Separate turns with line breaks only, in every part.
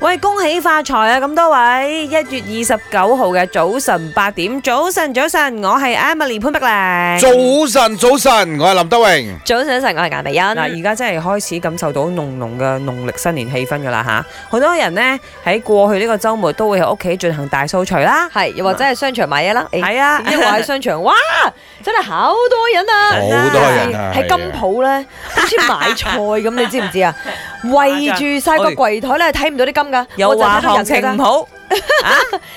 喂，恭喜發財啊！咁多位，一月二十九號嘅早晨八點，早晨早晨，我係 Emily 潘碧玲。
早晨，早晨，我係林德榮。
早晨，晨，我係顏美欣。
嗱，而家真係開始感受到濃濃嘅農曆新年氣氛噶啦吓，好多人呢，喺過去呢個週末都會喺屋企進行大掃除啦。
係又或者係商場買嘢啦，誒
係啊，
因為喺商場，哇，真係好多人啊！
好多人啊係
喺
啊
金鋪咧，好似買菜 咁，你知唔知啊？圍住晒個櫃台咧，睇唔到啲金㗎，
又
我就
話
睇到
行
人㗎
情
咋
唔， 好啊，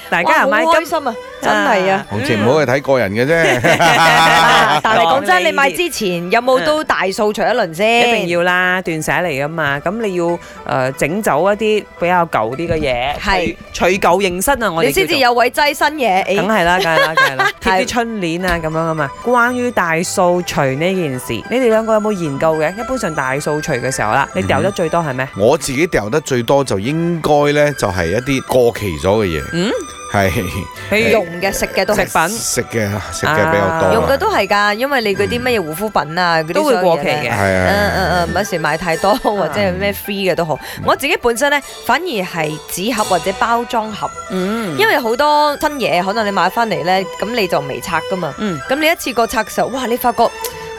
大家又
哇
買
好
金
開心啊！真係啊！
行情唔好去 睇個人嘅啫。
但係講真，
啊講你嗯
你買之前有冇都大掃除一輪先？
一定要啦，斷捨離噶嘛，咁你要誒、呃整走一啲比較舊啲嘅嘢，
係
除除舊迎新啊！我哋
你先
叫
至
做
有位擠新嘢。誒
梗係啦，梗係啦，梗係啦，貼
係
啲春聯啊咁樣啊嘛。關於大掃除呢件事，你哋兩個有冇研究嘅？一般上大掃除嘅時候啦，你掉得最多係咩？
我自己掉得最多就應該呢，就係一啲過期咗嘅嘢。
嗯，
係
譬
用嘅食嘅都
食
係。
品
食嘅食嘅比較
啊
多。
用嘅都係㗎，因為你嗰啲乜嘢護膚品啊，嗰啲
都會
所有
過
嘢
期
呢
嘅
係啊
嗯嗯嗯，唔有時買太多或者係咩 free 嘅都好。
嗯
我自己本身咧，反而係紙盒或者包裝盒，
嗯，
因為好多新嘢可能你買翻嚟咧，咁你就未拆噶嘛。
嗯
咁你一次過拆嘅時候，哇！你發覺。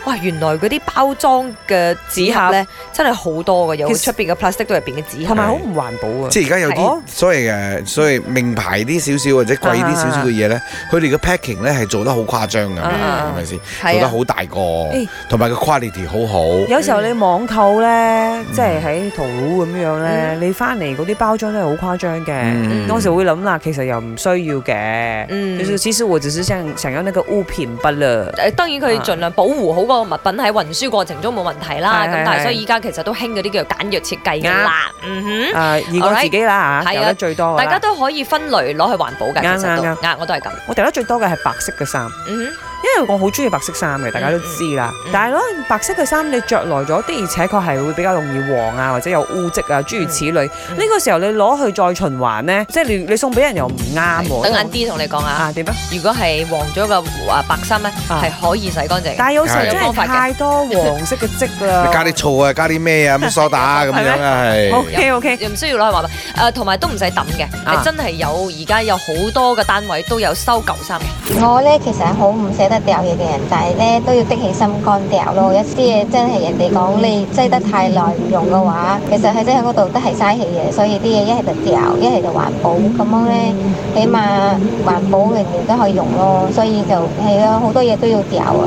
哇！原來嗰啲包裝嘅紙盒咧，真係好多嘅，有
其實
出邊嘅 plastic 到入邊嘅紙
同
盒。
埋好唔環保啊！
即係而家有
係
啲所謂嘅所謂名牌啲少少或者貴啲少少嘅嘢呢，佢哋嘅 packing 呢係做得好誇張㗎，
啊啊啊
係咪先？做
係
得
啊，
好大個
誒，
同埋個 quality 好好。
有時候你網購咧，即係喺淘寶咁樣咧，你翻嚟嗰啲包裝都係好誇張嘅。
嗯
當時會諗啦，其實又唔需要嘅。
嗯，
就是其實我只是想想要那個物品不了。
誒當然佢
啊
盡量保護好個物品喺運輸過程中冇問題
係
啦。
係
咁但
係
係所以依家其實都興嗰啲叫做簡約設計㗎啦。嗯哼。
啊，以我
Alright，
自己啦嚇，
係啊
掉得最多㗎啦
大家都可以分類攞去環保㗎，其實都
啱啱
啱，我都係咁。
我掉得最多嘅係白色嘅衫，
嗯
因為我好中意白色衫嘅，大家都知啦。
嗯嗯
但係咯，白色嘅衫你着耐咗，的而且確係會比較容易黃啊，或者有污跡啊，諸如此類。呢、
嗯
個時候你攞去再循環呢，即係你你送俾人又唔啱
哼，
喎。
等眼啲同你講啊，
啊點啊？
如果係黃咗嘅啊白衫咧，
啊
係可以洗乾淨嘅。
但係有時候
係
真係太多黃色嘅跡啦。
你加啲醋啊，加啲咩啊，咁梳打咁
係咩
樣啊，係
O。K O K，
又唔需要攞去環保，誒同埋都唔使抌嘅，
啊
係真係有而家有好多嘅單位都有收舊衫嘅。
我咧其實係好唔捨得掉嘢嘅人，但係咧都要的起心肝掉咯。有啲嘢真係人哋講你擠得太耐唔用嘅話，其實佢真係嗰度都係嘥氣嘅。所以啲嘢一係就掉，一係就環保，咁樣咧起碼環保仍然都可以用咯。所以就係啊，好多嘢都要掉啊。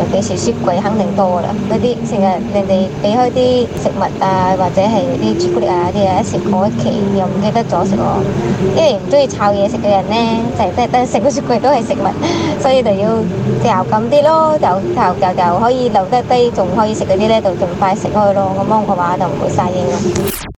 尤其是雪櫃肯定多啦，嗰啲成日人哋俾開啲食物啊，或者係啲朱古力啊啲嘢，一食過一期又唔記得咗食喎。因為唔中意炒嘢食嘅人咧，就係得得成個雪櫃都係食物， 所以就要嚼咁啲咯，就嚼嚼嚼可以留得低，仲可以食嗰啲咧，就盡快食開咯。咁樣嘅話就唔會嘥嘢咯。